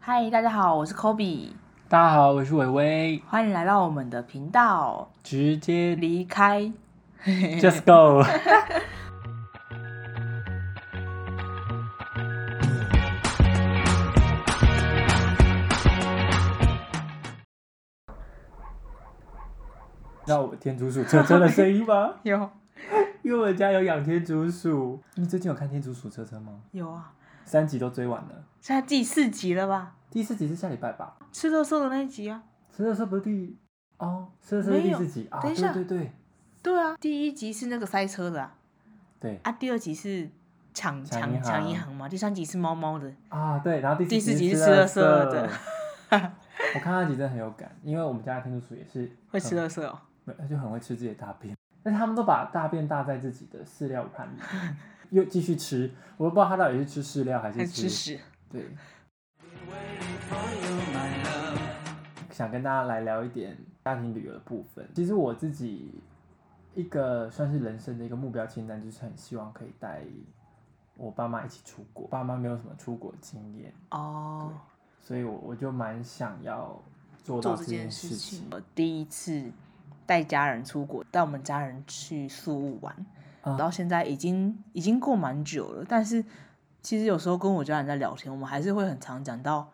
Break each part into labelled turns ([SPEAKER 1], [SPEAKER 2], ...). [SPEAKER 1] 嗨，大家好，我是 Kobe，
[SPEAKER 2] 大家好，我是伟伟，
[SPEAKER 1] 欢迎来到我们的频道。
[SPEAKER 2] 直接
[SPEAKER 1] 离开，
[SPEAKER 2] just go。那我天竺鼠车车的声音吗？
[SPEAKER 1] 有
[SPEAKER 2] 因为我家有养天竺鼠。你最近有看天竺鼠车车吗？
[SPEAKER 1] 有啊，
[SPEAKER 2] 三集都追完了，
[SPEAKER 1] 现在第四集了吧？
[SPEAKER 2] 第四集是下礼拜吧？
[SPEAKER 1] 吃肉兽的那一集啊，
[SPEAKER 2] 车车是不是第哦，车车是
[SPEAKER 1] 没
[SPEAKER 2] 第
[SPEAKER 1] 有
[SPEAKER 2] 四集啊？
[SPEAKER 1] 等一
[SPEAKER 2] 对
[SPEAKER 1] 下
[SPEAKER 2] 对对
[SPEAKER 1] 对啊，第一集是那个塞车的啊，
[SPEAKER 2] 对
[SPEAKER 1] 啊第二集是抢
[SPEAKER 2] 抢
[SPEAKER 1] 抢
[SPEAKER 2] 银行
[SPEAKER 1] 抢银行嘛，第三集是猫猫的，
[SPEAKER 2] 啊，对，然后第
[SPEAKER 1] 第四集
[SPEAKER 2] 是
[SPEAKER 1] 是
[SPEAKER 2] 吃垃
[SPEAKER 1] 吃垃圾 的
[SPEAKER 2] 我看那集真的很有感，因为我们家的天竺鼠也是
[SPEAKER 1] 会吃
[SPEAKER 2] 很
[SPEAKER 1] 乐色哦。
[SPEAKER 2] 没有就很会吃自己的大便，但是他们都把大便搭在自己的饲料盘里， 又继续吃。我都不知道它到底是吃饲料还
[SPEAKER 1] 还
[SPEAKER 2] 是
[SPEAKER 1] 吃屎，
[SPEAKER 2] 对。想跟大家来聊一点家庭旅游的部分。其实我自己一个算是人生的一个目标清单，就是很希望可以带我爸妈一起出国。爸妈没有什么出国经验，
[SPEAKER 1] 哦，
[SPEAKER 2] 所以我我就蛮想要做
[SPEAKER 1] 做
[SPEAKER 2] 到这
[SPEAKER 1] 这件
[SPEAKER 2] 件
[SPEAKER 1] 事
[SPEAKER 2] 事
[SPEAKER 1] 情
[SPEAKER 2] 情。。
[SPEAKER 1] 我第一次带家人出国，带我们家人去宿务玩，
[SPEAKER 2] 嗯
[SPEAKER 1] 到现在已经已经过蛮久了。但是其实有时候跟我家人在聊天，我们还是会很常讲到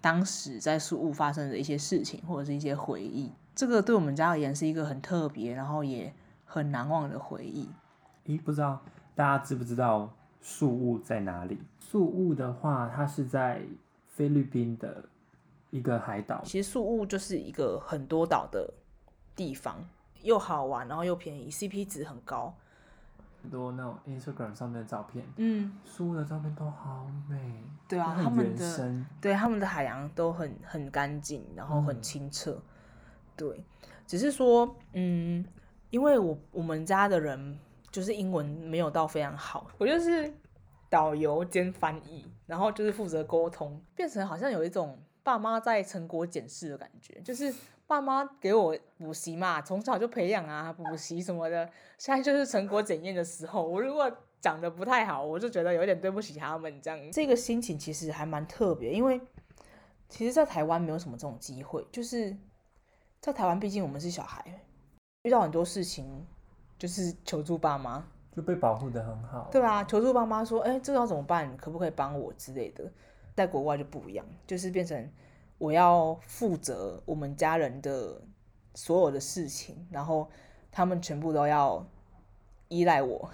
[SPEAKER 1] 当时在宿务发生的一些事情或者是一些回忆。这个对我们家而言是一个很特别，然后也很难忘的回忆。
[SPEAKER 2] 咦，不知道大家知不知道宿雾在哪里？宿雾的话，它是在菲律宾的一个海岛。
[SPEAKER 1] 其实宿务就是一个很多岛的地方，又好玩，然后又便宜，CP 值很高。
[SPEAKER 2] 很多那种 Instagram 上面的照片，
[SPEAKER 1] 嗯，
[SPEAKER 2] 书的照片都好美，
[SPEAKER 1] 对啊
[SPEAKER 2] 都很
[SPEAKER 1] 他们
[SPEAKER 2] 原
[SPEAKER 1] 的
[SPEAKER 2] 生
[SPEAKER 1] 对，他们的海洋都很很干净，然后很
[SPEAKER 2] 嗯
[SPEAKER 1] 清澈。对，只是说，嗯，因为我我们家的人就是英文没有到非常好，我就是导游兼翻译，然后就是负责沟通，变成好像有一种爸妈在成果检视的感觉，就是爸妈给我补习嘛，从小就培养啊，补习什么的，现在就是成果检验的时候，我如果讲的不太好，我就觉得有点对不起他们这样。这个心情其实还蛮特别，因为其实，在台湾没有什么这种机会，就是在台湾，毕竟我们是小孩，遇到很多事情就是求助爸妈，
[SPEAKER 2] 就被保护的很好。
[SPEAKER 1] 对啊，求助爸妈说，哎、这个要怎么办？可不可以帮我之类的。在国外就不一样，就是变成我要负责我们家人的所有的事情，然后他们全部都要依赖我，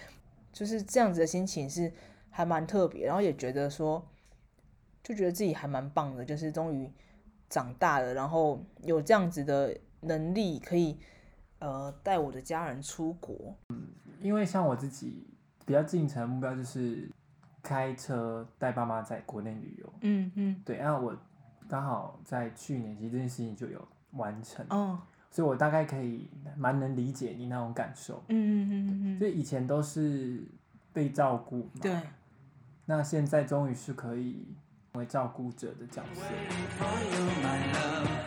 [SPEAKER 1] 就是这样子的心情是还蛮特别，然后也觉得说，就觉得自己还蛮棒的，就是终于长大了，然后有这样子的能力可以呃带我的家人出国，
[SPEAKER 2] 因为像我自己比较近程的目标就是开车带爸妈在国内旅游，
[SPEAKER 1] 嗯嗯，
[SPEAKER 2] 对，然后我刚好在去年其实这件事情就有完成，
[SPEAKER 1] 哦。
[SPEAKER 2] 所以我大概可以蛮能理解你那种感受。
[SPEAKER 1] 嗯嗯嗯嗯
[SPEAKER 2] 就以前都是被照顾嘛
[SPEAKER 1] 嗯，，对，
[SPEAKER 2] 那现在终于是可以成为照顾者的角色。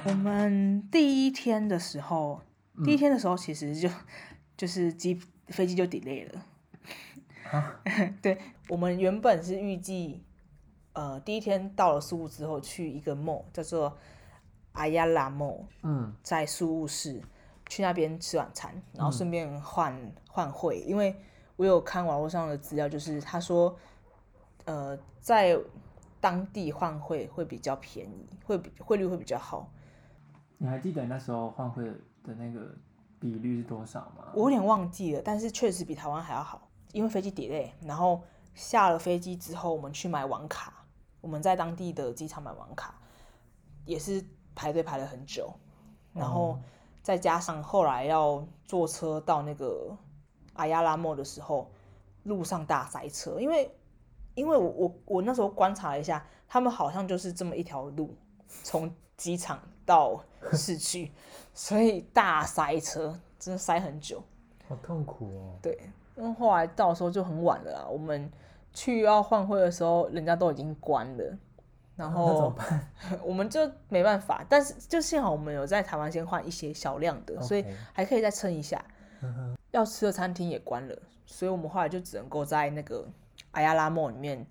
[SPEAKER 1] 我们第一天的时候，
[SPEAKER 2] 嗯
[SPEAKER 1] 第一天的时候其实就 就是机飞机就 delay 了。 对，我们原本是预计，呃，第一天到了苏雾之后去一个 mall 叫做阿亚拉 mall，
[SPEAKER 2] 嗯，
[SPEAKER 1] 在苏雾市去那边吃晚餐，然后顺便换换汇，因为我有看网络上的资料，就是他说，呃，在当地换汇会比较便宜，会比汇率会比较好。
[SPEAKER 2] 你还记得那时候换汇的那个比率是多少吗？
[SPEAKER 1] 我有点忘记了，但是确实比台湾还要好，因为飞机 delay，然后下了飞机之后，我们去买网卡，我们在当地的机场买网卡，也是排队排了很久，然后再加上后来要坐车到那个阿亚拉莫的时候，路上大塞车，因为因为我我我那时候观察了一下，他们好像就是这么一条路，从机场到市区，所以大塞车，真的塞很久。
[SPEAKER 2] 好痛苦哦。
[SPEAKER 1] 对，因为后来到的时候就很晚了啊，我们去要换会的时候，人家都已经关了，然
[SPEAKER 2] 啊那怎
[SPEAKER 1] 后
[SPEAKER 2] 么办？
[SPEAKER 1] 我们就没办法。但是就幸好我们有在台湾先换一些小量的，所以
[SPEAKER 2] OK 嗯
[SPEAKER 1] 还可以再撑一下。要吃的餐厅也关了，所以我们后来就只能够在那个阿亚拉莫里面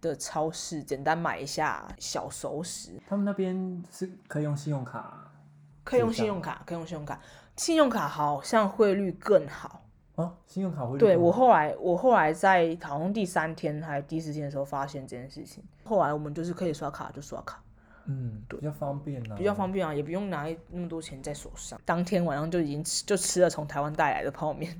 [SPEAKER 1] 的超市简单买一下小熟食，
[SPEAKER 2] 他们那边是可以用信用卡、
[SPEAKER 1] 可以用信用卡，可以用信用卡，信用卡好像汇率更好。
[SPEAKER 2] 哦，信用卡会
[SPEAKER 1] 对我后来，我后来在好像第三天还第四天的时候发现这件事情。后来我们就是可以刷卡就刷卡，
[SPEAKER 2] 嗯比较方便呢、
[SPEAKER 1] 比较方便啊，也不用拿那么多钱在手上。当天晚上就已经吃就吃了从台湾带来的泡面，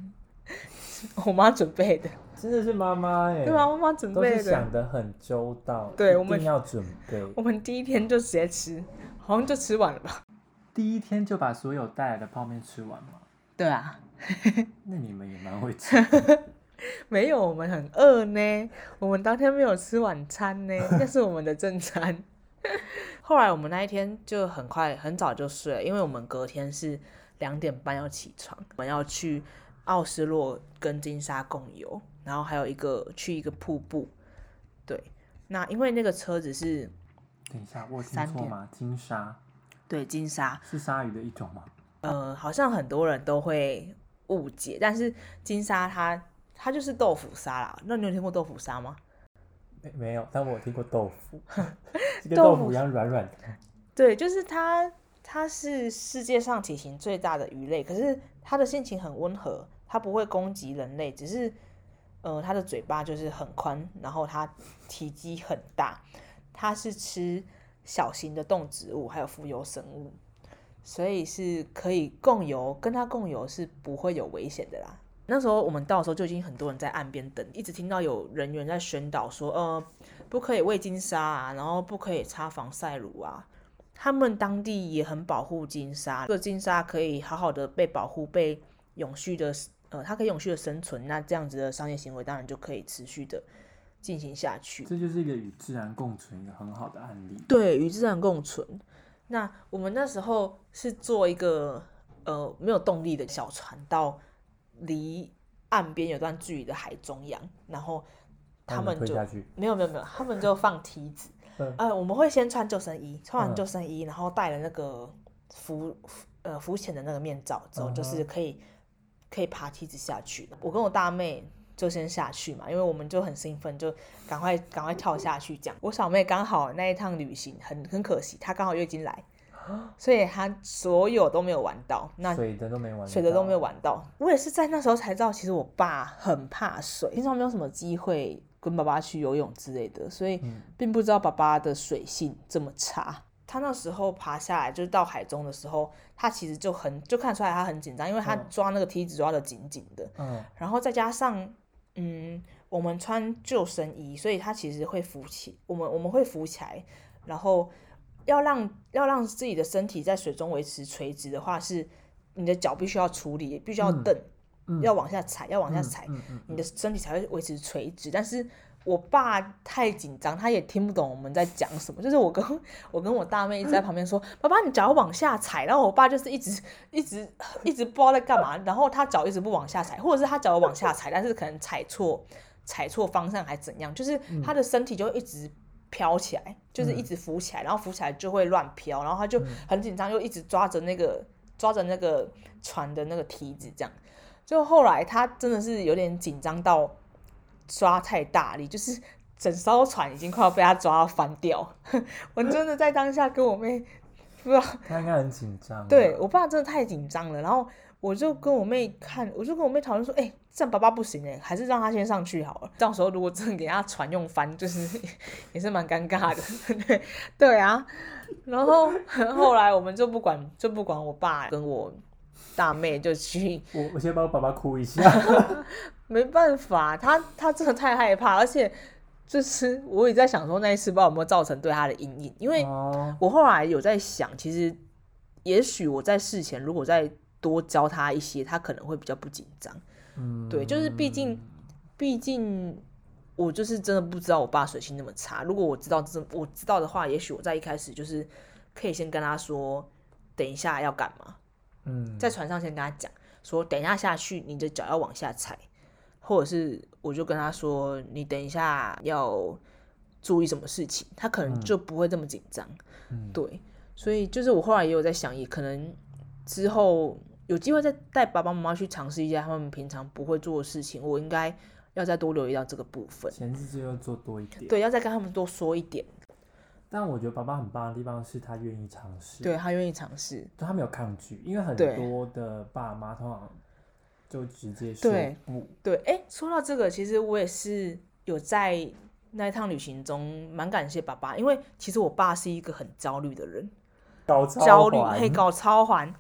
[SPEAKER 1] 我妈准备的，
[SPEAKER 2] 真的是妈妈哎，
[SPEAKER 1] 对吧？？我妈准
[SPEAKER 2] 都是
[SPEAKER 1] 备的。
[SPEAKER 2] 想的很周到，
[SPEAKER 1] 对
[SPEAKER 2] 一
[SPEAKER 1] 我们
[SPEAKER 2] 定要准备。
[SPEAKER 1] 我们第一天就直接吃，好像就吃完了吧？
[SPEAKER 2] 第一天就把所有带来的泡面吃完嘛？
[SPEAKER 1] 对啊，
[SPEAKER 2] 那你们也蛮会吃 的，
[SPEAKER 1] 没有，我们很饿呢。我们当天没有吃晚餐呢，那是我们的正餐。 后来我们那一天就很快很早就睡了，因为我们隔天是两点半要起床，我们要去奥斯洛跟金沙共游，然后还有一个去一个瀑布。对，那因为那个车子是
[SPEAKER 2] 等一下，我有听
[SPEAKER 1] 三
[SPEAKER 2] 错
[SPEAKER 1] 点
[SPEAKER 2] 吗？金鲨
[SPEAKER 1] 对金沙，
[SPEAKER 2] 是鲨鱼的一种吗？
[SPEAKER 1] 呃，好像很多人都会误解，但是金沙它它就是豆腐沙啦。那你有听过豆腐沙吗？
[SPEAKER 2] 没没有，但我有听过豆 腐，这跟
[SPEAKER 1] 豆
[SPEAKER 2] 豆
[SPEAKER 1] 腐
[SPEAKER 2] 腐一样软软的。
[SPEAKER 1] 对，就是它，它是世界上体型最大的鱼类，可是它的性情很温和，它不会攻击人类，只是，呃，它的嘴巴就是很宽，然后它体积很大，它是吃小型的动植物还有浮游生物，所以是可以共游，跟它共游是不会有危险的啦。那时候我们到的时候就已经很多人在岸边等，一直听到有人员在宣导说，呃，不可以喂金鲨啊，然后不可以擦防晒乳啊，他们当地也很保护金鲨，这个金鲨可以好好的被保护，被永续的呃，它可以永续的生存，那这样子的商业行为当然就可以持续的进行下去。
[SPEAKER 2] 这就是一个与自然共存一个很好的案例。
[SPEAKER 1] 对，与自然共存。那我们那时候是坐一个呃没有动力的小船到离岸边有段距离的海中央，然后他
[SPEAKER 2] 把
[SPEAKER 1] 们
[SPEAKER 2] 你推
[SPEAKER 1] 就
[SPEAKER 2] 下去，
[SPEAKER 1] 没有没有没有，他们就放梯子。
[SPEAKER 2] 嗯
[SPEAKER 1] 呃，我们会先穿救生衣，穿
[SPEAKER 2] 嗯
[SPEAKER 1] 完救生衣，然后戴了那个浮浮呃浮潜的那个面罩之后，
[SPEAKER 2] 嗯哼
[SPEAKER 1] 就是可以可以爬梯子下去。我跟我大妹就先下去嘛，因为我们就很兴奋，就赶快赶快跳下去这样。我小妹刚好那一趟旅行很很可惜，她刚好月经来，
[SPEAKER 2] 啊
[SPEAKER 1] 所以她所有都没有玩到。那
[SPEAKER 2] 水的都没玩，
[SPEAKER 1] 水的都没有。玩到。我也是在那时候才知道，其实我爸很怕水，平常没有什么机会跟爸爸去游泳之类的，所以
[SPEAKER 2] 嗯
[SPEAKER 1] 并不知道爸爸的水性这么差。他那时候爬下来，就是到海中的时候，他其实就很就看出来他很紧张，因为他
[SPEAKER 2] 嗯
[SPEAKER 1] 抓那个梯子抓的紧紧的，
[SPEAKER 2] 嗯，
[SPEAKER 1] 然后再加上，嗯，我们穿救生衣，所以它其实会浮起，我们我们会浮起来，然后要让要让自己的身体在水中维持垂直的话，是你的脚必须要处理，必须要
[SPEAKER 2] 嗯
[SPEAKER 1] 蹬，
[SPEAKER 2] 嗯
[SPEAKER 1] 要往下踩，要往下
[SPEAKER 2] 嗯
[SPEAKER 1] 踩，
[SPEAKER 2] 嗯嗯
[SPEAKER 1] 你的身体才会维持垂直。但是我爸太紧张，他也听不懂我们在讲什么。就是我跟我跟我大妹一直在旁边说：“爸爸，你脚要往下踩。”然后我爸就是一直一直一直不知道在干嘛，然后他脚一直不往下踩，或者是他脚有往下踩，但是可能踩错踩错方向还怎样，就是
[SPEAKER 2] 嗯
[SPEAKER 1] 他的身体就一直。飘起来，就是一直浮起来，然后浮起来就会乱飘，然后他就
[SPEAKER 2] 嗯
[SPEAKER 1] 很紧张，又一直抓着那个抓着那个船的那个梯子这样。就后来他真的是有点紧张到抓太大力，就是整艘船已经快要被他抓到翻掉。 我真的在当下跟我妹，不知道，
[SPEAKER 2] 嗯他应该很紧张。
[SPEAKER 1] 对，我爸真的太紧张了。然后我就跟我妹看，我就跟我妹讨论说，哎、这样爸爸不行哎、还是让他先上去好了。到时候如果真的给他船用翻，就是 也是蛮尴尬的。 对对啊，然后 后来我们就不管就不管我爸跟我大妹就去
[SPEAKER 2] 我我先帮我爸爸哭一下。
[SPEAKER 1] 没办法，他他真的太害怕，而且就是我也在想说那一次不知道有没有造成对他的阴影，因为
[SPEAKER 2] 哦，
[SPEAKER 1] 我后来有在想，其实也许我在事前如果再多教他一些，他可能会比较不紧张。
[SPEAKER 2] 嗯，
[SPEAKER 1] 对，就是毕竟毕竟我就是真的不知道我爸水性那么差，如果我知道这我知道的话，也许我在一开始就是可以先跟他说，等一下要干嘛，
[SPEAKER 2] 嗯，
[SPEAKER 1] 在船上先跟他讲说，等一下下去你的脚要往下踩，或者是我就跟他说，你等一下要注意什么事情，他可能就不会这么紧张。
[SPEAKER 2] 嗯
[SPEAKER 1] 对，所以就是我后来也有在想，也可能之后有机会再带爸爸妈妈去尝试一下他们平常不会做的事情，我应该要再多留意到这个部分，
[SPEAKER 2] 前置作业做多一 点。
[SPEAKER 1] 对，要再跟他们多说一点，
[SPEAKER 2] 但我觉得爸爸很棒的地方是他愿意尝试，
[SPEAKER 1] 对他愿意尝试，
[SPEAKER 2] 他没有抗拒，因为很
[SPEAKER 1] 对
[SPEAKER 2] 多的爸妈通常就直接说
[SPEAKER 1] 对
[SPEAKER 2] 不，
[SPEAKER 1] 对，哎，说到这个，其实我也是有在那一趟旅行中蛮感谢爸爸，因为其实我爸是一个很焦虑的人，
[SPEAKER 2] 高
[SPEAKER 1] 焦虑，
[SPEAKER 2] 环
[SPEAKER 1] 嘿，搞超环。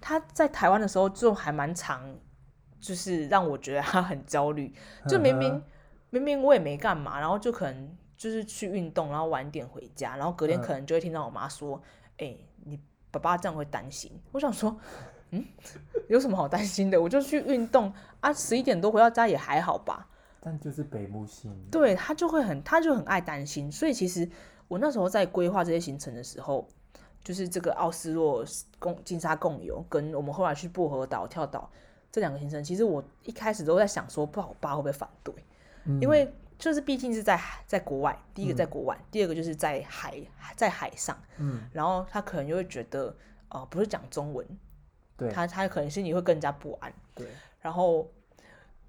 [SPEAKER 1] 他在台湾的时候就还蛮常，就是让我觉得他很焦虑，就明明
[SPEAKER 2] 嗯哼
[SPEAKER 1] 明明我也没干嘛，然后就可能就是去运动，然后晚点回家，然后隔天
[SPEAKER 2] 嗯
[SPEAKER 1] 可能就会听到我妈说：“哎、你爸爸这样会担心。”我想说，嗯，有什么好担心的？我就去运动啊，十一点多回到家也还好吧。
[SPEAKER 2] 但就是北木性，
[SPEAKER 1] 对他就会很，他就很爱担心。所以其实我那时候在规划这些行程的时候，就是这个奥斯洛共金沙共游，跟我们后来去薄荷岛跳岛这两个行程，其实我一开始都在想说，不知道我爸会不会反对，
[SPEAKER 2] 嗯
[SPEAKER 1] 因为就是毕竟是在海在国外，第一个
[SPEAKER 2] 嗯
[SPEAKER 1] 在国外，第二个就是在海在海上，
[SPEAKER 2] 嗯，
[SPEAKER 1] 然后他可能就会觉得，呃，不是讲中文，
[SPEAKER 2] 对
[SPEAKER 1] 他他可能心里会更加不安。
[SPEAKER 2] 对，
[SPEAKER 1] 然后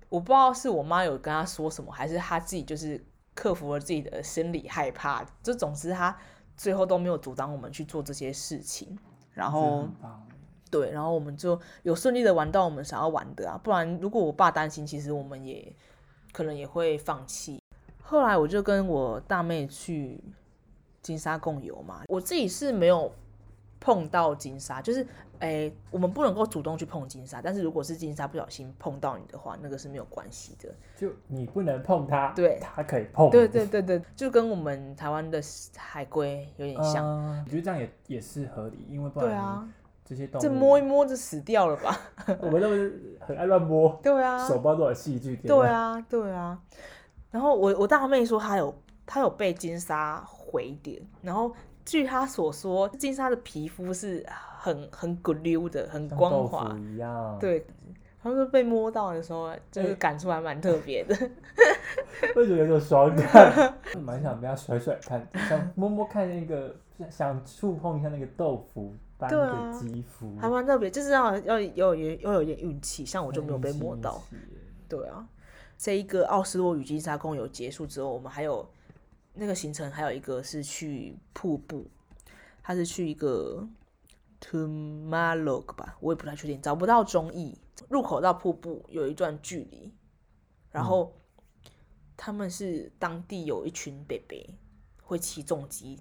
[SPEAKER 1] 我不知道是我妈有跟他说什么，还是他自己就是克服了自己的心理害怕。就总之他最后都没有阻挡我们去做这些事情。然
[SPEAKER 2] 我觉得
[SPEAKER 1] 后
[SPEAKER 2] 很棒耶，
[SPEAKER 1] 对，然后我们就有顺利的玩到我们想要玩的啊。不然如果我爸担心，其实我们也可能也会放弃。后来我就跟我大妹去金沙共游嘛，我自己是没有碰到金沙，就是诶、我们不能够主动去碰金沙，但是如果是金沙不小心碰到你的话，那个是没有关系的。
[SPEAKER 2] 就你不能碰它，
[SPEAKER 1] 对
[SPEAKER 2] 它可以碰，
[SPEAKER 1] 对对对对，就跟我们台湾的海龟有点像。
[SPEAKER 2] 嗯，我觉得这样也也是合理，因为不
[SPEAKER 1] 对
[SPEAKER 2] 然
[SPEAKER 1] 啊，
[SPEAKER 2] 这些动
[SPEAKER 1] 这
[SPEAKER 2] 物，
[SPEAKER 1] 摸一摸就死掉了吧？
[SPEAKER 2] 我们都是很爱乱摸，
[SPEAKER 1] 对啊，
[SPEAKER 2] 手包都有细菌，
[SPEAKER 1] 对，啊，对啊。然后我我大妹说她有她有被金鲨回点，然后据她所说，金鲨的皮肤是很很骨溜的，很
[SPEAKER 2] 像
[SPEAKER 1] 光
[SPEAKER 2] 豆
[SPEAKER 1] 滑
[SPEAKER 2] 腐。一样，，
[SPEAKER 1] 对，她说被摸到的时候，啊就是
[SPEAKER 2] 哎
[SPEAKER 1] 感触还蛮特别 的。
[SPEAKER 2] 会觉得有种 爽感，我蛮想被它甩甩看，想摸摸看那个，想触碰一下那个豆腐般
[SPEAKER 1] 对
[SPEAKER 2] 的
[SPEAKER 1] 啊
[SPEAKER 2] 肌肤，
[SPEAKER 1] 还蛮特别，就是要要要有要有一点运气，像我就没有被
[SPEAKER 2] 很
[SPEAKER 1] 摸
[SPEAKER 2] 新
[SPEAKER 1] 到。
[SPEAKER 2] 奇耶
[SPEAKER 1] 对啊，这一个奥斯陆与金沙公游结束之后，我们还有那个行程，还有一个是去瀑布，它是去一个 Tomorrow 吧，我也不太确定，找不到中译。入口到瀑布有一段距离，然后他们是当地有一群北北会骑重机，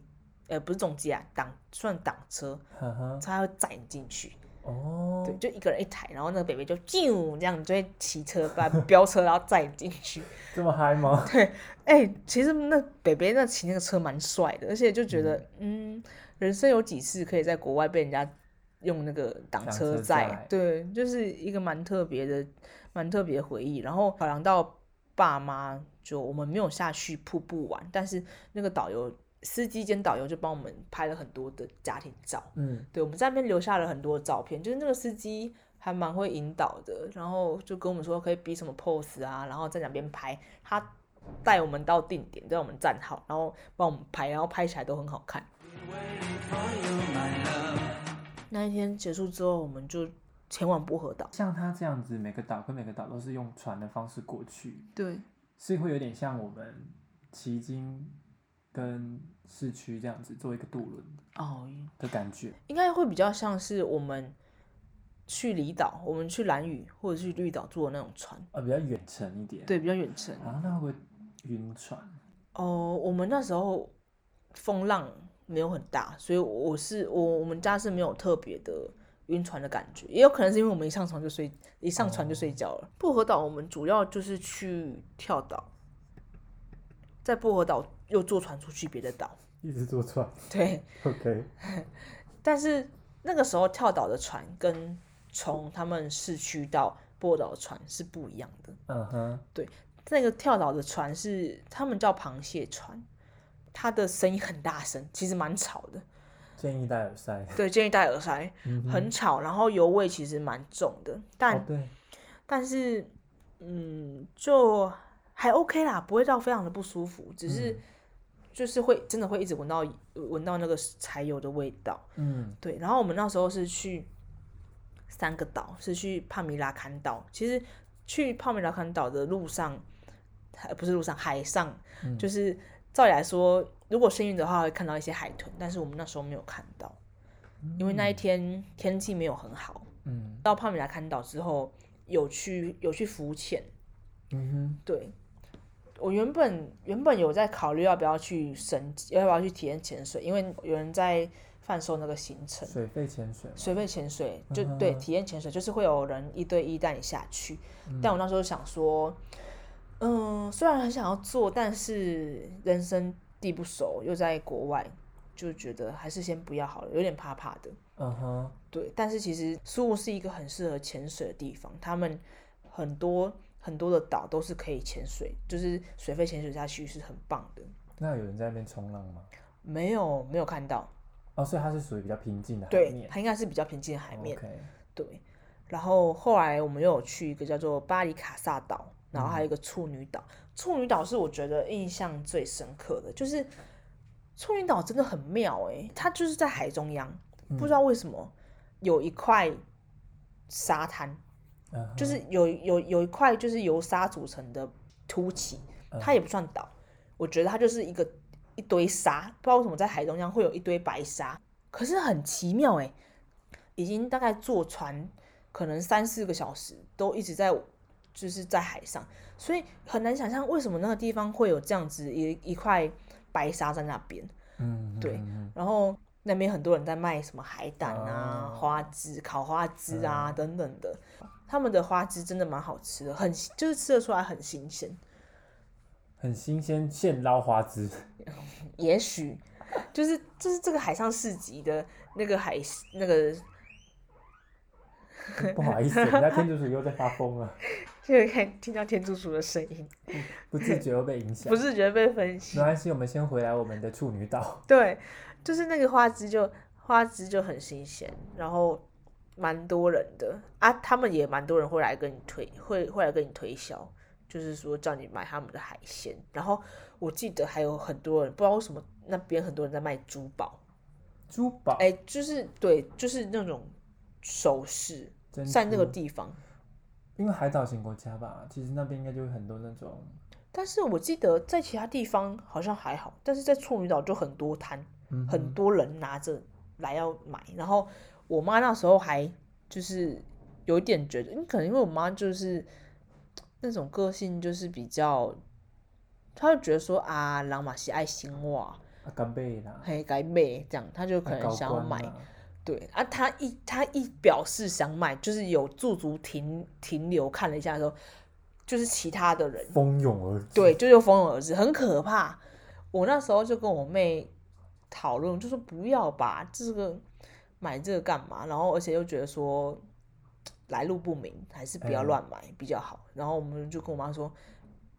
[SPEAKER 1] 呃，不是重机啊，挡算挡车，
[SPEAKER 2] 呵呵，
[SPEAKER 1] 他会载你进去。
[SPEAKER 2] 哦，
[SPEAKER 1] 对，就一个人一台，然后那个北北就啾这样，就会骑车把飙车，然后载你进去。
[SPEAKER 2] 这么嗨吗？
[SPEAKER 1] 哎、其实那北北那骑那个车蛮帅的，而且就觉得，嗯，人生有几次可以在国外被人家用那个挡
[SPEAKER 2] 挡
[SPEAKER 1] 车
[SPEAKER 2] 车
[SPEAKER 1] 载
[SPEAKER 2] 载，
[SPEAKER 1] 对，就是一个蛮特别的、蛮特别的回忆。然后考量到爸妈，就我们没有下去瀑布玩，但是那个导游、司机兼导游就帮我们拍了很多的家庭照。
[SPEAKER 2] 嗯，
[SPEAKER 1] 对，我们在那边留下了很多照片，就是那个司机还蛮会引导的，然后就跟我们说可以比什么 pose 啊，然后在哪边拍，他带我们到定点，在我们站好，然后帮我们拍，然后拍起来都很好看。那一天结束之后，我们就前往薄荷岛。
[SPEAKER 2] 像它这样子，每个岛跟每个岛都是用船的方式过去，
[SPEAKER 1] 对
[SPEAKER 2] 是会有点像我们骑经跟市区这样子做一个渡轮
[SPEAKER 1] 哦，
[SPEAKER 2] 的感觉。
[SPEAKER 1] 应该会比较像是我们去离岛，我们去蓝屿或者去绿岛坐的那种船，
[SPEAKER 2] 呃，比较远程一点。。
[SPEAKER 1] 对，比较远程。
[SPEAKER 2] 啊，那会不会晕船？
[SPEAKER 1] 哦，我们那时候风浪没有很大，所以我是我我们家是没有特别的晕船的感觉，也有可能是因为我们一上床就睡，一上船就睡觉了。薄荷岛我们主要就是去跳岛，在薄荷岛又坐船出去别的岛，
[SPEAKER 2] 一直坐船。
[SPEAKER 1] 对。
[SPEAKER 2] OK。
[SPEAKER 1] 但是那个时候跳岛的船跟从他们市区到薄荷岛的船是不一样的。
[SPEAKER 2] 嗯哼。
[SPEAKER 1] 那个跳岛的船是他们叫螃蟹船，它的声音很大声，其实蛮吵的。
[SPEAKER 2] 建议戴耳塞。
[SPEAKER 1] 对，建议戴耳塞，
[SPEAKER 2] 嗯哼。
[SPEAKER 1] 很吵，然后油味其实蛮重的，但、
[SPEAKER 2] 哦对。
[SPEAKER 1] 但是嗯，就还 OK 啦，不会到非常的不舒服，只是就是会真的会一直闻到闻到那个柴油的味道。
[SPEAKER 2] 嗯。
[SPEAKER 1] 对，然后我们那时候是去三个岛，是去帕米拉坎岛。其实去帕米拉坎岛的路上，海不是路上海上，
[SPEAKER 2] 嗯
[SPEAKER 1] 就是照理来说，如果幸运的话会看到一些海豚，但是我们那时候没有看到，因为那一天天气没有很好。
[SPEAKER 2] 嗯
[SPEAKER 1] 到帕米拉看岛之后，有去有去浮潜，
[SPEAKER 2] 嗯哼，
[SPEAKER 1] 对。我原本原本有在考虑要不要去神，要不要去体验潜水，因为有人在贩售那个行程，
[SPEAKER 2] 水肺潜水嘛，
[SPEAKER 1] 水肺潜水就
[SPEAKER 2] 嗯
[SPEAKER 1] 对体验潜水，就是会有人一对一带你下去。但我那时候想说，嗯，虽然很想要做，但是人生地不熟，又在国外，就觉得还是先不要好了，有点怕怕的。
[SPEAKER 2] 嗯哼，
[SPEAKER 1] 对，但是其实苏雾是一个很适合潜水的地方，他们很多很多的岛都是可以潜水，就是水肺潜水下去是很棒的。
[SPEAKER 2] 那有人在那边冲浪吗？
[SPEAKER 1] 没有没有看到，
[SPEAKER 2] 哦，所以它是属于比较平静的海
[SPEAKER 1] 对，
[SPEAKER 2] 面，
[SPEAKER 1] 它应该是比较平静的海面。
[SPEAKER 2] OK，
[SPEAKER 1] 对，然后后来我们又有去一个叫做巴黎卡萨岛，然后还有一个处女岛。处女岛是我觉得印象最深刻的，就是处女岛真的很妙诶、它就是在海中央，不知道为什么有一块沙滩，
[SPEAKER 2] 嗯哼
[SPEAKER 1] 就是有有有一块就是由沙组成的凸起，
[SPEAKER 2] 嗯
[SPEAKER 1] 它也不算岛，我觉得它就是一个一堆沙，不知道为什么在海中央会有一堆白沙，可是很奇妙诶、已经大概坐船可能三四个小时都一直在就是在海上，所以很难想象为什么那个地方会有这样子一一块白沙在那边，
[SPEAKER 2] 嗯，
[SPEAKER 1] 对
[SPEAKER 2] 嗯，嗯
[SPEAKER 1] 然后那边很多人在卖什么海胆啊、
[SPEAKER 2] 哦
[SPEAKER 1] 花枝、烤花枝啊、等等的，他们的花枝真的蛮好吃的，很就是吃得出来很新鲜。
[SPEAKER 2] 很新鲜，现捞花枝，
[SPEAKER 1] 也许就是就是这个海上市集的那个海那个，
[SPEAKER 2] 不好意思，人家天竺鼠又在发疯了，
[SPEAKER 1] 现在可以 听到天竺鼠的声音，
[SPEAKER 2] 不自觉又被影响
[SPEAKER 1] 不。 是觉得被分析
[SPEAKER 2] 没。关系，我们先回来我们的处女岛。
[SPEAKER 1] 对，就是那个花枝就花枝就很新鲜，然后蛮多人的啊，他们也蛮多人会来跟你推，会会来跟你推销，就是说叫你买他们的海鲜。然后我记得还有很多人，不知道为什么那边很多人在卖珠宝，
[SPEAKER 2] 珠宝，
[SPEAKER 1] 哎、就是对，就是那种首饰，
[SPEAKER 2] 珍
[SPEAKER 1] 在那个
[SPEAKER 2] 珠
[SPEAKER 1] 地方。
[SPEAKER 2] 因为海岛型国家吧，其实那边应该就会很多那种，
[SPEAKER 1] 但是我记得在其他地方好像还好，但是在处女岛就很多摊，
[SPEAKER 2] 嗯哼
[SPEAKER 1] 很多人拿着来要买。然后我妈那时候还就是有一点觉得，嗯因为可能因为我妈就是那种个性，就是比较，她就觉得说啊，人嘛是爱心哇，
[SPEAKER 2] 啊干贝啦，
[SPEAKER 1] 嘿该买这样，她就
[SPEAKER 2] 啊
[SPEAKER 1] 可能
[SPEAKER 2] 高
[SPEAKER 1] 想要
[SPEAKER 2] 官
[SPEAKER 1] 买。
[SPEAKER 2] 啦
[SPEAKER 1] 对啊，她一她一表示想买，就是有驻足停停留看了一下的时候，就是其他的人
[SPEAKER 2] 蜂拥而至。
[SPEAKER 1] 对，，就又蜂拥而至，很可怕。我那时候就跟我妹讨论，就说不要吧，这个买这个干嘛？然后而且又觉得说来路不明，还是不要
[SPEAKER 2] 嗯
[SPEAKER 1] 乱买比较好。然后我们就跟我妈说，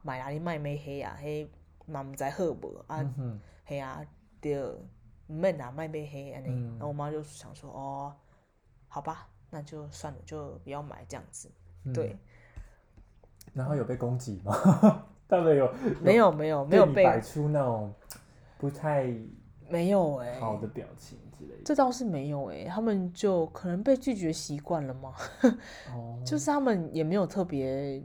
[SPEAKER 1] 买啊，你卖没黑啊，黑妈唔知好无啊，
[SPEAKER 2] 嗯哼，
[SPEAKER 1] 嘿啊，对，毋免啊，卖买黑安尼。
[SPEAKER 2] 嗯
[SPEAKER 1] 然后我妈就想说，哦，好吧，那就算了，就不要买这样子。
[SPEAKER 2] 嗯
[SPEAKER 1] 对，
[SPEAKER 2] 然后有被攻击吗？ 他们有
[SPEAKER 1] 没有没有没有
[SPEAKER 2] 对你
[SPEAKER 1] 被
[SPEAKER 2] 摆出那种不太
[SPEAKER 1] 没有哎、
[SPEAKER 2] 好的表情之类的。
[SPEAKER 1] 这倒是没有诶、他们就可能被拒绝习惯了
[SPEAKER 2] 嗯
[SPEAKER 1] 嘛，哎
[SPEAKER 2] 哦，
[SPEAKER 1] 就是他们也没有特别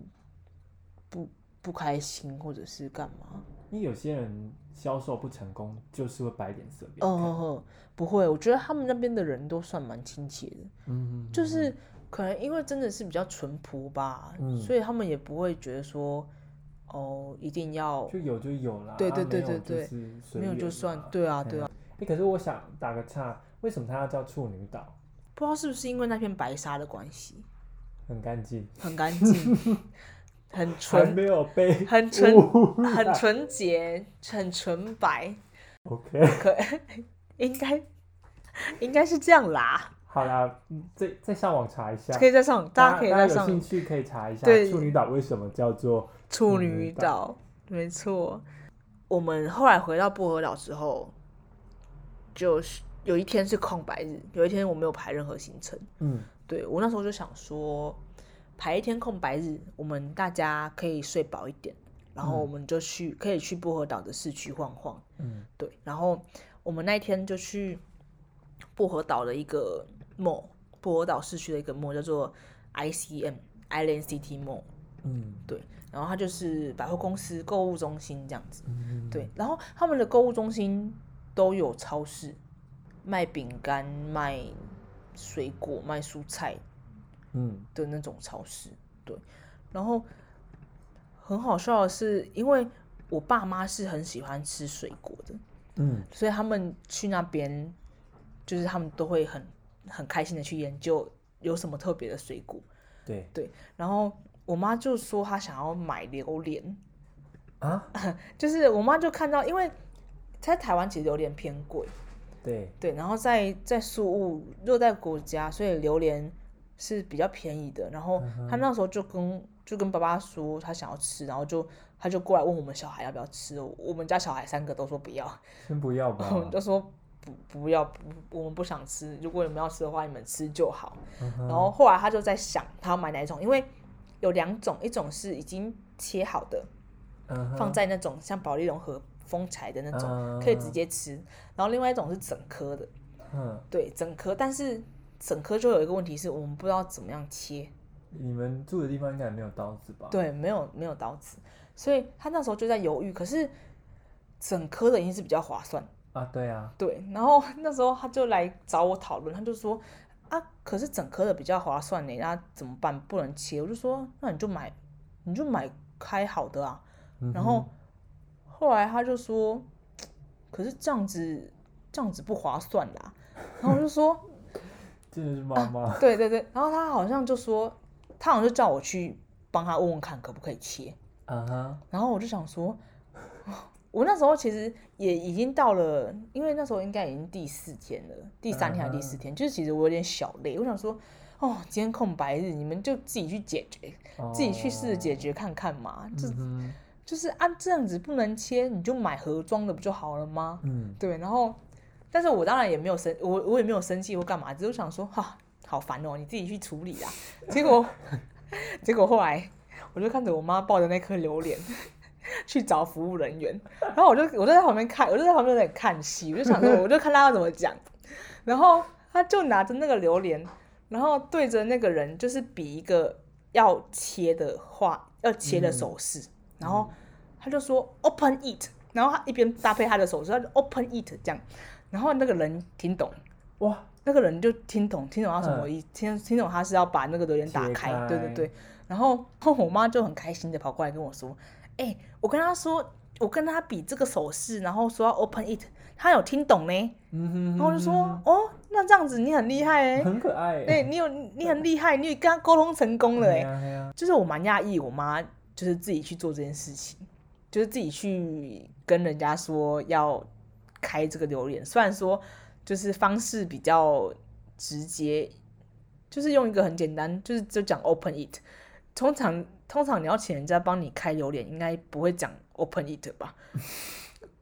[SPEAKER 1] 不不开心或者是干嘛。
[SPEAKER 2] 因为有些人销售不成功，就是会摆脸色给你看。
[SPEAKER 1] 嗯哼哼，不会，我觉得他们那边的人都算蛮亲切的，
[SPEAKER 2] 嗯，
[SPEAKER 1] 就是可能因为真的是比较淳朴吧，
[SPEAKER 2] 嗯
[SPEAKER 1] 所以他们也不会觉得说哦一定要
[SPEAKER 2] 就有就有啦，
[SPEAKER 1] 对对
[SPEAKER 2] 啊
[SPEAKER 1] 对
[SPEAKER 2] 没有
[SPEAKER 1] 对对
[SPEAKER 2] 就是随
[SPEAKER 1] 没有就
[SPEAKER 2] 缘
[SPEAKER 1] 算
[SPEAKER 2] 嘛。
[SPEAKER 1] 对啊对啊，
[SPEAKER 2] 哎，可是我想打个岔，为什么它要叫处女岛？
[SPEAKER 1] 不知道是不是因为那片白沙的关系，
[SPEAKER 2] 很干净，
[SPEAKER 1] 很干 净，很
[SPEAKER 2] 还
[SPEAKER 1] 纯
[SPEAKER 2] 没有被
[SPEAKER 1] 很纯
[SPEAKER 2] 污染
[SPEAKER 1] 很纯洁，很纯白，
[SPEAKER 2] OK，
[SPEAKER 1] 可 应该应该是这样啦，
[SPEAKER 2] 好啦，嗯再再上网查一下
[SPEAKER 1] 可。以再上，大家可以再
[SPEAKER 2] 有兴
[SPEAKER 1] 上
[SPEAKER 2] 趣可以查一下
[SPEAKER 1] 对
[SPEAKER 2] 处女岛为什么叫做
[SPEAKER 1] 处
[SPEAKER 2] 女
[SPEAKER 1] 女岛，没错。我们后来回到薄荷岛之后，就是有一天是空白日，有一天我没有排任何行程。
[SPEAKER 2] 嗯
[SPEAKER 1] 对我那时候就想说，排一天空白日，我们大家可以睡饱一点，然后我们就去、可以去薄荷岛的市区晃晃。
[SPEAKER 2] 嗯
[SPEAKER 1] 对，然后我们那一天就去薄荷岛的一个 mall，薄荷岛市区的一个 mall 叫做 ICM Island City Mall。
[SPEAKER 2] 嗯
[SPEAKER 1] 然后它就是百货公司、购物中心这样子。
[SPEAKER 2] 嗯，
[SPEAKER 1] 对，然后他们的购物中心都有超市，卖饼干、卖水果、卖蔬菜
[SPEAKER 2] 嗯
[SPEAKER 1] 的那种超市。对，然后很好笑的是，因为我爸妈是很喜欢吃水果的，
[SPEAKER 2] 嗯
[SPEAKER 1] 所以他们去那边，就是他们都会很很开心的去研究有什么特别的水果。
[SPEAKER 2] 对
[SPEAKER 1] 然后我妈就说她想要买榴莲，
[SPEAKER 2] 啊
[SPEAKER 1] 就是我妈就看到，因为在台湾其实榴莲偏贵，
[SPEAKER 2] 对
[SPEAKER 1] 对，然后在在宿务热带国家，所以榴莲是比较便宜的。然后她那时候就跟就跟爸爸说她想要吃，然后就她就过来问我们小孩要不要吃，我们家小孩三个都说不要，
[SPEAKER 2] 先不要吧
[SPEAKER 1] 我，们就说。不不要不，我们不想吃。如果你们要吃的话，你们吃就好。
[SPEAKER 2] 嗯哼
[SPEAKER 1] 然后后来他就在想，他要买哪一种，因为有两种，一种是已经切好的，
[SPEAKER 2] 嗯哼
[SPEAKER 1] 放在那种像保利龙盒封起来的那种，
[SPEAKER 2] 嗯
[SPEAKER 1] 可以直接吃。然后另外一种是整颗的，
[SPEAKER 2] 嗯，
[SPEAKER 1] 对，整颗。但是整颗就有一个问题是我们不知道怎么样切，
[SPEAKER 2] 你们住的地方应该也没有刀子吧？
[SPEAKER 1] 对，没有没有刀子，所以他那时候就在犹豫。可是整颗的一定是比较划算，
[SPEAKER 2] 啊，对啊，
[SPEAKER 1] 对。然后 那时候他就来找我讨论，他就说。啊，可是整颗的比较划算呢，那怎么办？不能切，我就说那你就买，你就买开好的啊。
[SPEAKER 2] 嗯
[SPEAKER 1] 然
[SPEAKER 2] 哼
[SPEAKER 1] 后后来他就说，可是这样子这样子不划算啦。然后我就说，
[SPEAKER 2] 真的是妈妈，
[SPEAKER 1] 对对对。然后他好像就说，他好像就叫我去帮他问问看可不可以切。
[SPEAKER 2] 啊哈，
[SPEAKER 1] 然后我就想说， 我那时候其实也已经到了，因为那时候应该已经第四天了，第三天还是第四天，就是其实我有点小累，我想说。哦，今天空白日，你们就自己去解决，自己去试着解
[SPEAKER 2] 决，
[SPEAKER 1] 决看看嘛。这
[SPEAKER 2] 嗯哼
[SPEAKER 1] 就是按这样子不能切，你就买盒装的不就好了吗？
[SPEAKER 2] 嗯，
[SPEAKER 1] 对，然后，但是我当然也没有生，我我也没有生气或干嘛，只是想说哈，好烦哦，你自己去处理啦。结果， 结果后来我就看着我妈抱着那颗榴莲去找服务人员，然后我就我就在旁边看，我就在旁边有点看戏，我就想说，我就看她要怎么讲，然后她就拿着那个榴莲，然后对着那个人就是比一个要切的话，要切的手势，然后他就说 open it，然后他一边搭配他的手势，他就 open it 这样，然后那个人听懂，
[SPEAKER 2] 哇，
[SPEAKER 1] 那个人就听懂，听懂他什么意，听听懂他是要把那个留言打
[SPEAKER 2] 切
[SPEAKER 1] 开，
[SPEAKER 2] 嗯开
[SPEAKER 1] 对对对。然后我妈就很开心的跑过来跟我说：“哎、我跟他说，我跟他比这个手势，然后说要 open it，他有听懂呢。”
[SPEAKER 2] 嗯哼，嗯
[SPEAKER 1] 然后我就说：“哦，那这样子你很厉害 哎、
[SPEAKER 2] 很可爱，
[SPEAKER 1] 对你有你很厉害，你有跟他沟通成功了哎、
[SPEAKER 2] 对啊，对啊，
[SPEAKER 1] 就是我蛮讶异，我妈就是自己去做这件事情，就是自己去跟人家说要开这个榴莲，虽然说就是方式比较直接，就是用一个很简单，就是就讲 open it。通常通常你要请人家帮你开榴莲，应该不会讲 open it 吧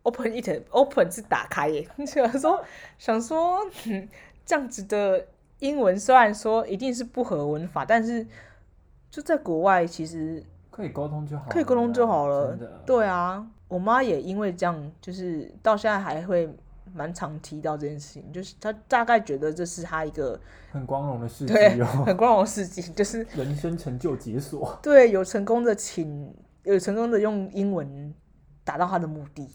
[SPEAKER 1] ？open it open 是打开耶， 想说想说、嗯、这样子的英文虽然说一定是不合文法，但是就在国外，其实
[SPEAKER 2] 可以沟通就好了啦，
[SPEAKER 1] 可以沟通就好了
[SPEAKER 2] 真的。
[SPEAKER 1] 对啊，我妈也因为这样，就是到现在还会蛮常提到这件事情，就是她大概觉得这是她一个
[SPEAKER 2] 很光荣的事
[SPEAKER 1] 对
[SPEAKER 2] 迹哦，
[SPEAKER 1] 很光荣的事情，就是
[SPEAKER 2] 人生成就解锁，
[SPEAKER 1] 对有成功的请有成功的用英文达到她的目的。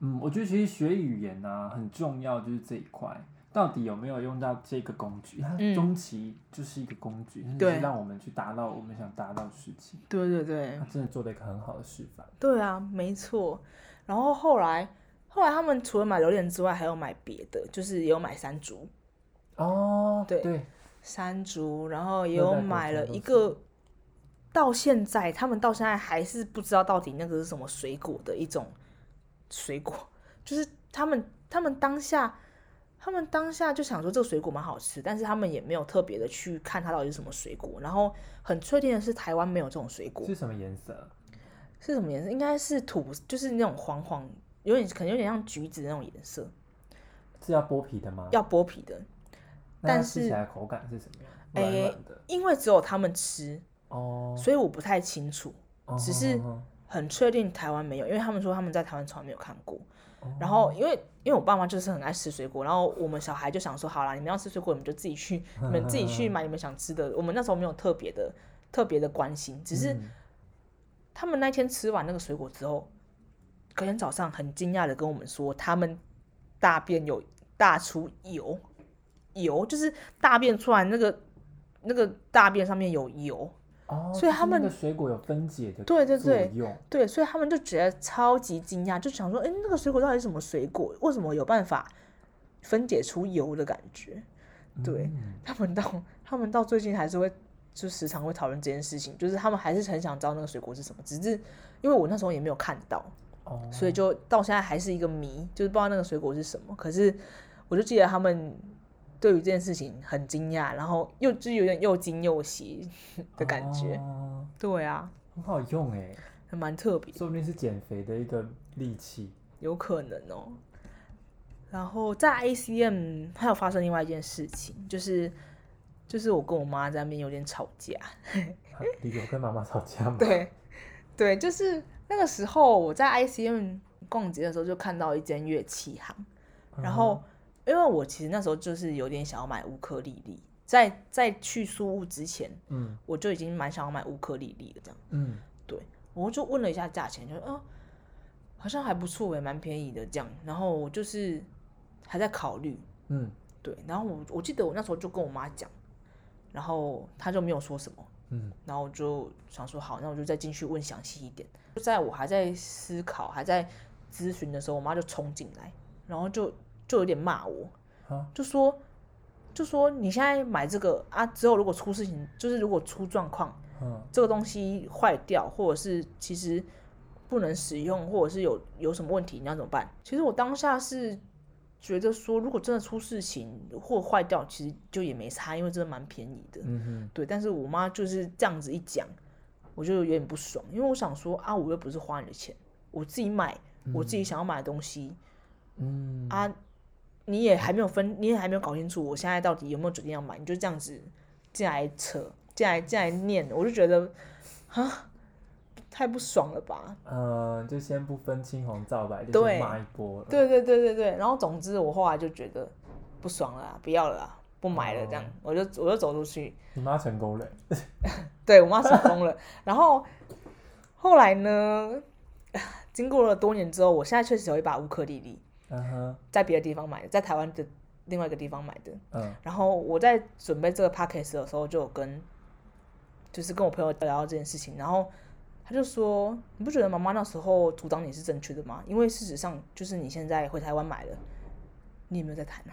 [SPEAKER 2] 嗯，我觉得其实学语言呢、很重要，就是这一块，到底有没有用到这个工具？它
[SPEAKER 1] 嗯
[SPEAKER 2] 终其就是一个工具，它就
[SPEAKER 1] 对
[SPEAKER 2] 是让我们去达到我们想达到的事情。
[SPEAKER 1] 对对对
[SPEAKER 2] 它真的做了一个很好的示范。
[SPEAKER 1] 对啊，没错。然后后来后来他们除了买榴莲之外，还有买别的，就是也有买山竹。
[SPEAKER 2] 哦，
[SPEAKER 1] 对
[SPEAKER 2] 对，
[SPEAKER 1] 山竹，然后也
[SPEAKER 2] 热带
[SPEAKER 1] 有
[SPEAKER 2] 国
[SPEAKER 1] 买
[SPEAKER 2] 家
[SPEAKER 1] 了
[SPEAKER 2] 都
[SPEAKER 1] 一
[SPEAKER 2] 是
[SPEAKER 1] 个，到现在他们到现在还是不知道到底那个是什么水果的一种水果，就是他们他们当下他们当下就想说这个水果蛮好吃，但是他们也没有特别的去看它到底是什么水果，然后很确定的是台湾没有这种水果，
[SPEAKER 2] 是什么颜色？
[SPEAKER 1] 是什么颜色？应该是土，就是那种黄黄，有点可能有点像橘子那种颜色，
[SPEAKER 2] 是要剥皮的吗？
[SPEAKER 1] 要剥皮的，
[SPEAKER 2] 那它
[SPEAKER 1] 但
[SPEAKER 2] 吃
[SPEAKER 1] 是
[SPEAKER 2] 起来口感是什么样？
[SPEAKER 1] 哎
[SPEAKER 2] 软软的。
[SPEAKER 1] 因为只有他们吃，
[SPEAKER 2] 哦，
[SPEAKER 1] 所以我不太清楚。
[SPEAKER 2] 哦
[SPEAKER 1] 只是
[SPEAKER 2] 哦
[SPEAKER 1] 很确定台湾没有，因为他们说他们在台湾从来没有看过。然后因为因为我爸妈就是很爱吃水果，然后我们小孩就想说，好啦，你们要吃水果，你们就自己去，你们自己去买你们想吃的。我们那时候没有特别的特别的关心，只是
[SPEAKER 2] 嗯
[SPEAKER 1] 他们那天吃完那个水果之后，隔天早上很惊讶的跟我们说，他们大便有大出油，油就是大便出来那个那个大便上面有油，
[SPEAKER 2] 哦，
[SPEAKER 1] 所以
[SPEAKER 2] 就是
[SPEAKER 1] 他们
[SPEAKER 2] 那个水果有分解的
[SPEAKER 1] 对对
[SPEAKER 2] 作
[SPEAKER 1] 对
[SPEAKER 2] 用，
[SPEAKER 1] 对，所以他们就觉得超级惊讶，就想说，哎，那个水果到底是什么水果？为什么有办法分解出油的感觉？ 对
[SPEAKER 2] 嗯
[SPEAKER 1] 他们到他们到最近还是会，就时常会讨论这件事情，就是他们还是很想知道那个水果是什么，只是因为我那时候也没有看到，
[SPEAKER 2] 哦，
[SPEAKER 1] 所以就到现在还是一个谜，就是不知道那个水果是什么。可是我就记得他们对于这件事情很惊讶，然后又就是有点又惊又喜 的感觉。
[SPEAKER 2] 哦
[SPEAKER 1] 对啊，
[SPEAKER 2] 很好用哎，
[SPEAKER 1] 还蛮特别，
[SPEAKER 2] 说不定是减肥的一个利器。
[SPEAKER 1] 有可能哦。然后在 ACM 还有发生另外一件事情，就是就是我跟我妈在那边有点吵架。
[SPEAKER 2] 啊理由跟妈妈吵架吗？
[SPEAKER 1] 对，对，就是那个时候我在 ICM 逛街的时候，就看到一间乐器行，
[SPEAKER 2] 嗯，
[SPEAKER 1] 然后因为我其实那时候就是有点想要买乌克丽丽，在在去苏屋之前，
[SPEAKER 2] 嗯
[SPEAKER 1] 我就已经蛮想要买乌克丽丽的这样，
[SPEAKER 2] 嗯，
[SPEAKER 1] 对，我就问了一下价钱，就啊，好像还不错也欸蛮便宜的这样，然后我就是还在考虑，
[SPEAKER 2] 嗯
[SPEAKER 1] 对，然后我我记得我那时候就跟我妈讲，然后她就没有说什么。
[SPEAKER 2] 嗯
[SPEAKER 1] 然后我就想说好，那我就再进去问详细一点。就在我还在思考、还在咨询的时候，我妈就冲进来，然后就就有点骂我，
[SPEAKER 2] 啊
[SPEAKER 1] 就说就说你现在买这个啊，之后如果出事情，就是如果出状况，
[SPEAKER 2] 嗯
[SPEAKER 1] 这个东西坏掉，或者是其实不能使用，或者是有有什么问题，你要怎么办？其实我当下是觉得说，如果真的出事情或坏掉，其实就也没差，因为真的蛮便宜的。
[SPEAKER 2] 嗯哼
[SPEAKER 1] 对，但是我妈就是这样子一讲，我就有点不爽，因为我想说啊，我又不是花你的钱，我自己买我自己想要买的东西、
[SPEAKER 2] 嗯
[SPEAKER 1] 啊，你也还没有分，你也还没有搞清楚我现在到底有没有决定要买，你就这样子进来扯，进来进来念，我就觉得啊，太不爽了吧？
[SPEAKER 2] 呃，就先不分青红皂白，就
[SPEAKER 1] 对
[SPEAKER 2] 先骂一波了。
[SPEAKER 1] 对对对对对，然后总之我后来就觉得不爽了啦，不要了啦，不买了这样，我就我就走出去，
[SPEAKER 2] 你妈成功了，
[SPEAKER 1] 对我妈成功了。然后后来呢，经过了多年之后，我现在确实有一把乌克丽丽，
[SPEAKER 2] 嗯哼，
[SPEAKER 1] 在别的地方买的，在台湾的另外一个地方买的。
[SPEAKER 2] 嗯
[SPEAKER 1] 然后我在准备这个 p a c k a g e 的时候，就有跟就是跟我朋友聊到这件事情，然后他就说：“你不觉得妈妈那时候主张你是正确的吗？因为事实上就是你现在回台湾买了，你有没有在谈啊？”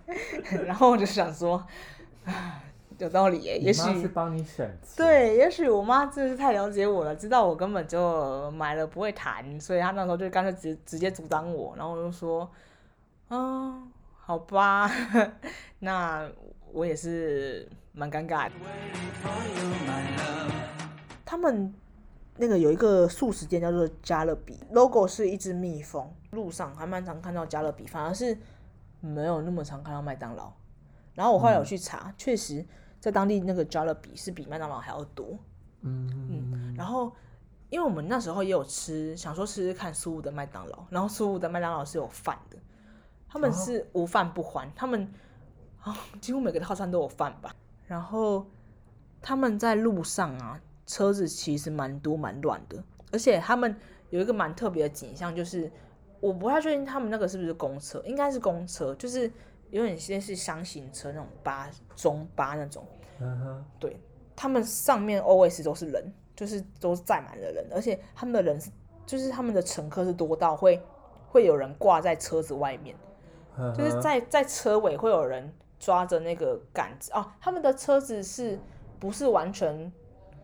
[SPEAKER 1] 然后我就想说， 啊，有道理耶，
[SPEAKER 2] 你
[SPEAKER 1] 也许
[SPEAKER 2] 妈是帮你省钱，，
[SPEAKER 1] 对，也许我妈真的是太了解我了，知道我根本就买了不会弹，所以她那时候就干脆直直接阻挡我，然后我就说，嗯，好吧， 那我也是蛮尴尬的。他们那个有一个素食店叫做加勒比，logo 是一只蜜蜂，路上还蛮常看到加勒比，反而是没有那么常看到麦当劳。然后我后来有去查，确实在当地那个加勒比是比麦当劳还要多。
[SPEAKER 2] 嗯
[SPEAKER 1] 然后因为我们那时候也有吃，想说试试看苏武的麦当劳，然后苏武的麦当劳是有饭的，他们是无饭不欢，他们啊、几乎每个套餐都有饭吧。然后他们在路上啊，车子其实蛮多蛮乱的，而且他们有一个蛮特别的景象，就是我不太确定他们那个是不是公车，应该是公车，就是有点像是箱型车那种巴中巴那种，
[SPEAKER 2] 嗯哼，
[SPEAKER 1] 对，他们上面 always 都是人，就是都是载满了人，而且他们的人是，就是他们的乘客是多到会会有人挂在车子外面，
[SPEAKER 2] 嗯
[SPEAKER 1] 就是
[SPEAKER 2] 哼
[SPEAKER 1] 在在车尾会有人抓着那个杆子哦，他们的车子是不是完全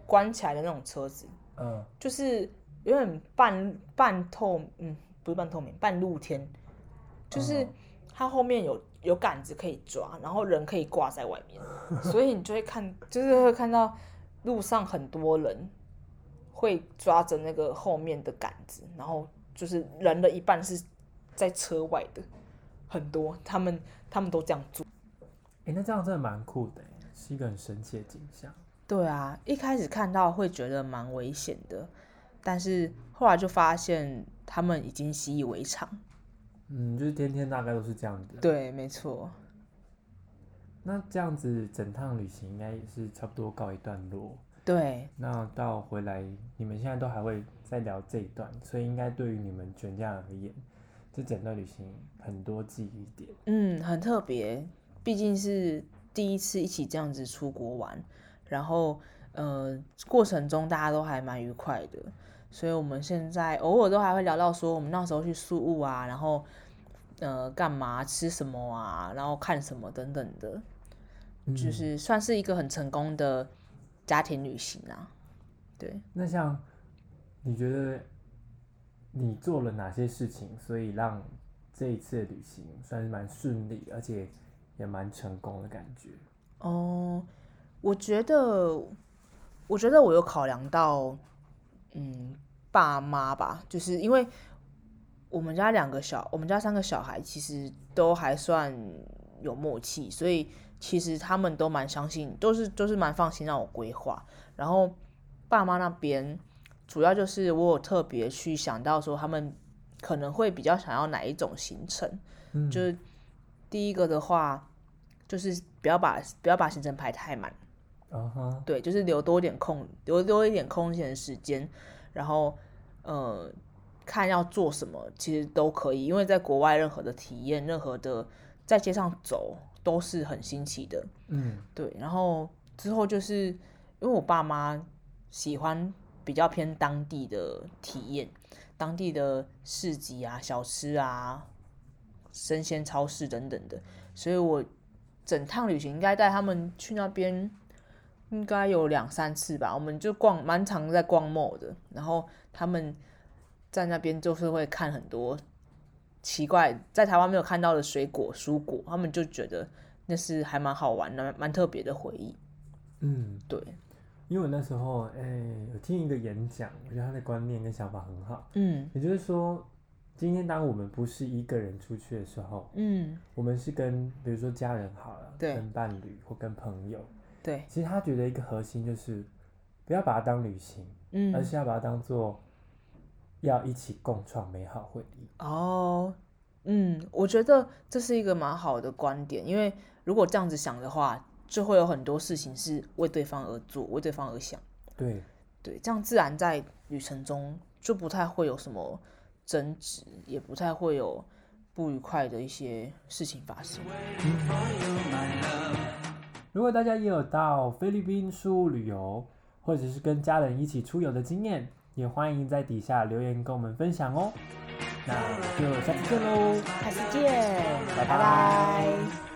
[SPEAKER 1] 关起来的那种车子，
[SPEAKER 2] 嗯
[SPEAKER 1] 就是有点半半透，嗯，不是半透明，半露天，就是
[SPEAKER 2] 哦
[SPEAKER 1] 它后面有有杆子可以抓，然后人可以挂在外面，所以你就会看，就是会看到路上很多人会抓着那个后面的杆子，然后就是人的一半是在车外的，很多他们他们都这样做。
[SPEAKER 2] 哎，那这样真的蛮酷的，是一个很神奇的景象。
[SPEAKER 1] 对啊，一开始看到会觉得蛮危险的，但是后来就发现他们已经习以为常。
[SPEAKER 2] 嗯，就是天天大概都是这样子。
[SPEAKER 1] 对，没错。
[SPEAKER 2] 那这样子整趟旅行应该也是差不多告一段落。
[SPEAKER 1] 对，
[SPEAKER 2] 那到回来，你们现在都还会再聊这一段，所以应该对于你们全家而言，这整段旅行很多记忆点。
[SPEAKER 1] 嗯，很特别，毕竟是第一次一起这样子出国玩，然后呃，过程中大家都还蛮愉快的，所以我们现在偶尔都还会聊到说我们那时候去宿务啊，然后呃干嘛吃什么啊，然后看什么等等的，就
[SPEAKER 2] 嗯
[SPEAKER 1] 是算是一个很成功的家庭旅行啊。对，
[SPEAKER 2] 那像你觉得你做了哪些事情，所以让这一次的旅行算是蛮顺利，而且也蛮成功的感觉？
[SPEAKER 1] 哦，我觉得，我觉得我有考量到，嗯，爸妈吧，就是因为我们家两个小，我们家三个小孩其实都还算有默契，所以其实他们都蛮相信，都是都是蛮放心让我规划。然后爸妈那边主要就是我有特别去想到说他们可能会比较想要哪一种行程，
[SPEAKER 2] 嗯，
[SPEAKER 1] 就是第一个的话，就是不要把不要把行程排太满，
[SPEAKER 2] 啊哈，
[SPEAKER 1] 对，就是留多一点空，留多一点空闲的时间，然后呃，看要做什么，其实都可以，因为在国外任何的体验，任何的在街上走都是很新奇的，
[SPEAKER 2] 嗯，
[SPEAKER 1] 对，然后之后就是因为我爸妈喜欢比较偏当地的体验，当地的市集啊、小吃啊、生鲜超市等等的，所以我整趟旅行应该带他们去那边，应该有两三次吧。我们就逛，蛮常在逛 mall 的，然后他们在那边就是会看很多奇怪在台湾没有看到的水果、蔬果，他们就觉得那是还蛮好玩的、蛮蛮特别的回忆。
[SPEAKER 2] 嗯，
[SPEAKER 1] 对，
[SPEAKER 2] 因为我那时候哎、有听一个演讲，我觉得他的观念跟想法很好。
[SPEAKER 1] 嗯
[SPEAKER 2] 也就是说，今天当我们不是一个人出去的时候，
[SPEAKER 1] 嗯，
[SPEAKER 2] 我们是跟比如说家人好了，
[SPEAKER 1] 对
[SPEAKER 2] 跟伴侣或跟朋友。
[SPEAKER 1] 对，
[SPEAKER 2] 其实他觉得一个核心就是，不要把它当旅行，而
[SPEAKER 1] 嗯
[SPEAKER 2] 是要把它当做要一起共创美好回忆。
[SPEAKER 1] 哦，嗯，我觉得这是一个蛮好的观点，因为如果这样子想的话，就会有很多事情是为对方而做、为对方而想。
[SPEAKER 2] 对，
[SPEAKER 1] 对，这样自然在旅程中就不太会有什么争执，也不太会有不愉快的一些事情发生。
[SPEAKER 2] 如果大家也有到菲律宾出旅游，或者是跟家人一起出游的经验，也欢迎在底下留言跟我们分享哦。那我们就下次见喽。
[SPEAKER 1] 下次见，
[SPEAKER 2] 拜拜
[SPEAKER 1] 拜拜